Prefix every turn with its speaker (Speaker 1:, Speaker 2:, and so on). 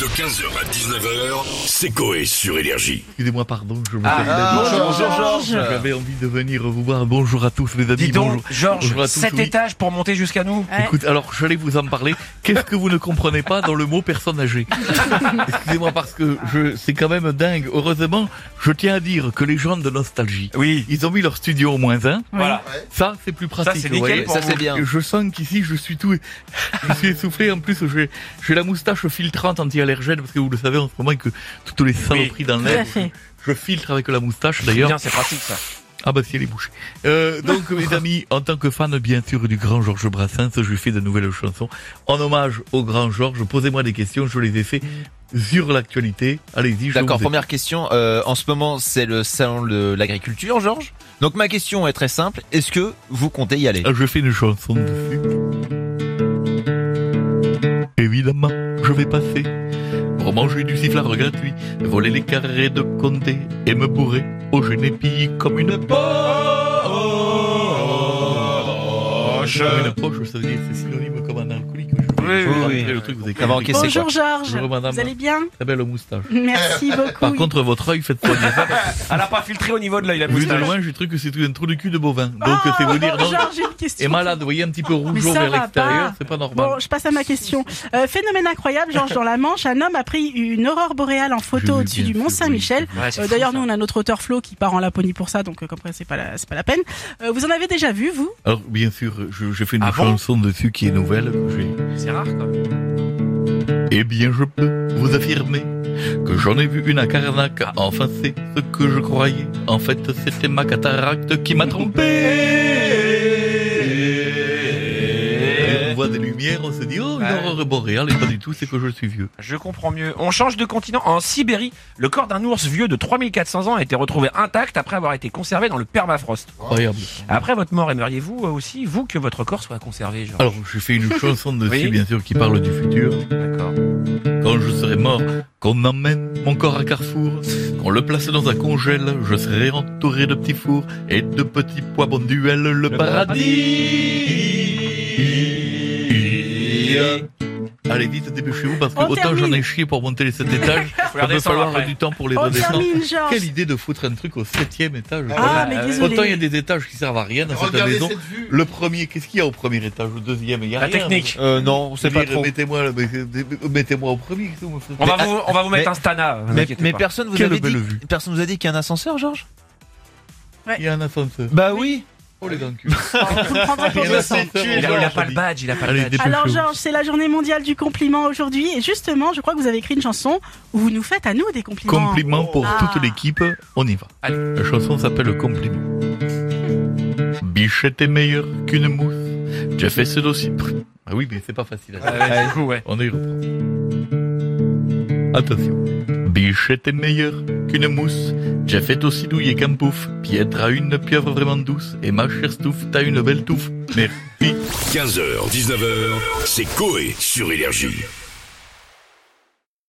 Speaker 1: De 15h à 19h, c'est Coé sur Énergie.
Speaker 2: Excusez-moi, pardon, je me
Speaker 3: Ah,
Speaker 2: permets la
Speaker 3: bonjour,
Speaker 2: vie.
Speaker 3: bonjour, Georges.
Speaker 2: J'avais envie de venir vous voir. Bonjour à tous, les amis.
Speaker 3: Dis
Speaker 2: bonjour.
Speaker 3: donc,
Speaker 2: Bonjour
Speaker 3: Georges,
Speaker 2: à tous,
Speaker 3: sept
Speaker 2: oui.
Speaker 3: étages pour monter jusqu'à nous
Speaker 2: Écoute, alors, j'allais vous en parler. Qu'est-ce que vous ne comprenez pas dans le mot personne âgée Excusez-moi, parce que je, c'est quand même dingue. Heureusement, je tiens à dire que les gens de nostalgie,
Speaker 3: Oui.
Speaker 2: ils ont mis leur studio au moins un.
Speaker 3: Voilà.
Speaker 2: Ça, c'est plus pratique.
Speaker 3: Ça, c'est
Speaker 2: vous voyez.
Speaker 3: nickel pour vous.
Speaker 2: Et Je sens qu'ici, je suis tout, je suis essoufflé. En plus, j'ai, j'ai la moustache filtrante anti-allergène parce que vous le savez en ce moment que toutes les saloperies dans l'air. Je, je filtre avec la moustache d'ailleurs.
Speaker 3: Bien, c'est pratique ça.
Speaker 2: Ah bah si elle est bouchée. Euh, donc mes amis, en tant que fan bien sûr du grand Georges Brassens, je fais de nouvelles chansons en hommage au grand Georges. Posez-moi des questions, je les ai fait sur l'actualité. Allez-y, je
Speaker 4: D'accord,
Speaker 2: vous ai-
Speaker 4: première question. euh, en ce moment, c'est le salon de l'agriculture, Georges. Donc ma question est très simple. Est-ce que vous comptez y aller
Speaker 2: Ah, Je fais une chanson dessus. Évidemment, je vais passer pour manger du sifflard gratuit, voler les carrés de Condé et me bourrer au genépille comme une poche. Comme une poche, ça veut dire que c'est synonyme comme un alcoolique. Je vais-
Speaker 3: Euh.
Speaker 2: je vais
Speaker 3: Oui, oui,
Speaker 2: rentrer
Speaker 3: oui.
Speaker 2: le truc, vous avez
Speaker 4: Avant
Speaker 2: compris.
Speaker 4: qu'il s'écroule.
Speaker 5: Bonjour Georges,
Speaker 2: Bonjour, madame.
Speaker 5: vous allez bien
Speaker 2: Très belle moustache.
Speaker 5: Merci
Speaker 2: Par
Speaker 5: beaucoup.
Speaker 2: contre, votre œil, faites pas bien ça. parce
Speaker 3: Elle a pas filtré au niveau de l'œil, la
Speaker 2: que Vu de
Speaker 3: moustache.
Speaker 2: loin, j'ai cru que c'était un trou de cul de bovin.
Speaker 5: Oh,
Speaker 2: Donc, c'est vous dire, non,
Speaker 5: Georges, j'ai une question.
Speaker 2: est malade, vous voyez, un petit peu rougeau
Speaker 5: ça
Speaker 2: vers
Speaker 5: va
Speaker 2: l'extérieur,
Speaker 5: pas.
Speaker 2: c'est pas normal.
Speaker 5: Bon, je passe à ma question. Euh, phénomène incroyable, Georges, dans la Manche, un homme a pris une aurore boréale en
Speaker 2: J'ai
Speaker 5: photo
Speaker 2: vu
Speaker 5: au-dessus
Speaker 2: bien
Speaker 5: du Mont
Speaker 2: ce
Speaker 5: Saint-Michel.
Speaker 2: bruit.
Speaker 3: Ouais, c'est
Speaker 5: Euh,
Speaker 3: fou,
Speaker 5: D'ailleurs,
Speaker 3: ça.
Speaker 5: nous, on a notre auteur Flo qui part en Laponie pour ça, donc euh, comme ça, c'est pas la, c'est pas la peine. Euh, vous en avez déjà vu, vous
Speaker 2: Alors, bien sûr, je, je fais une
Speaker 3: Ah bon
Speaker 2: chanson dessus qui est nouvelle. que
Speaker 5: Euh.
Speaker 2: j'ai.
Speaker 3: C'est rare, quoi.
Speaker 2: Eh bien, je peux vous affirmer que j'en ai vu une à Carnac. Enfin, c'est ce que je croyais. En fait, c'était ma cataracte qui m'a trompé. On voit des lumières, on se dit, oh, une
Speaker 3: Ouais.
Speaker 2: aurore boréale, et pas du tout, c'est que je suis vieux.
Speaker 3: Je comprends mieux. On change de continent. En Sibérie, le corps d'un ours vieux de 3400 ans a été retrouvé intact après avoir été conservé dans le permafrost.
Speaker 5: Oh.
Speaker 2: Incroyable.
Speaker 3: Après votre mort, aimeriez-vous euh, aussi, vous, que votre corps soit conservé, Georges
Speaker 2: Alors, j'ai fait une chanson dessus,
Speaker 3: Oui.
Speaker 2: bien sûr, qui parle du futur.
Speaker 3: D'accord.
Speaker 2: Quand je serai mort, qu'on emmène mon corps à Carrefour, qu'on le place dans un congèle, je serai entouré de petits fours et de petits pois bon duel, le, paradis. Allez, vite, dépêchez-vous, parce que
Speaker 5: On
Speaker 2: autant j'en ai
Speaker 5: termine.
Speaker 2: chier pour monter les sept étages,
Speaker 3: Faut
Speaker 2: ça
Speaker 3: leur
Speaker 2: peut
Speaker 3: descendre
Speaker 2: falloir
Speaker 3: après.
Speaker 2: du temps pour les
Speaker 5: On
Speaker 2: redescendre.
Speaker 5: termine,
Speaker 2: Quelle
Speaker 5: Georges.
Speaker 2: idée de foutre un truc au septième étage.
Speaker 5: Ah,
Speaker 3: Euh,
Speaker 5: mais
Speaker 2: autant il y a
Speaker 5: désolé.
Speaker 2: des étages qui servent à rien dans cette
Speaker 6: Regardez
Speaker 2: maison.
Speaker 6: cette vue.
Speaker 2: Le premier, qu'est-ce qu'il y a au premier étage, au deuxième, il y a
Speaker 3: La
Speaker 2: rien.
Speaker 3: technique.
Speaker 4: Euh, Non, c'est pas
Speaker 2: Dire,
Speaker 4: trop.
Speaker 2: Mettez-moi, le- mettez- mettez-moi au premier. qu'est-ce que vous me faites
Speaker 3: On va, vous, on va vous mettre
Speaker 4: mais-
Speaker 3: un stana. vous
Speaker 4: Mais,
Speaker 3: inquiétez
Speaker 4: mais
Speaker 3: pas.
Speaker 4: personne vous
Speaker 2: Quelle
Speaker 4: avait dit.
Speaker 2: belle vue.
Speaker 4: Personne vous a dit qu'il y a un ascenseur, Georges
Speaker 2: Il y a un ascenseur.
Speaker 4: Bah oui.
Speaker 2: Oh les dents
Speaker 5: Vous le prendrez pour
Speaker 2: Il y a
Speaker 5: deux
Speaker 2: un
Speaker 5: cents.
Speaker 2: ascenseur.
Speaker 3: Il a, il a pas le badge, il a pas
Speaker 2: Allez,
Speaker 3: le badge.
Speaker 2: dépêchez-vous.
Speaker 5: Alors Georges, c'est la journée mondiale du compliment aujourd'hui et justement, je crois que vous avez écrit une chanson où vous nous faites à nous des compliments.
Speaker 2: Compliment pour
Speaker 5: Ah.
Speaker 2: toute l'équipe, on y va.
Speaker 3: Allez.
Speaker 2: La chanson s'appelle Compliment. Bichette est meilleure qu'une mousse. J'ai fait ce dossier. Ah oui, mais c'est pas facile. à dire.
Speaker 3: Ouais, ouais, Euh, du coup, ouais.
Speaker 2: On y reprend. Attention. Bichette est meilleure qu'une mousse. J'ai fait aussi douille qu'un pouf. Pietre a une pieuvre vraiment douce. Et ma chère stouffe, t'as une belle touffe. Merci.
Speaker 1: 15h, 19h, c'est Coé sur Énergie.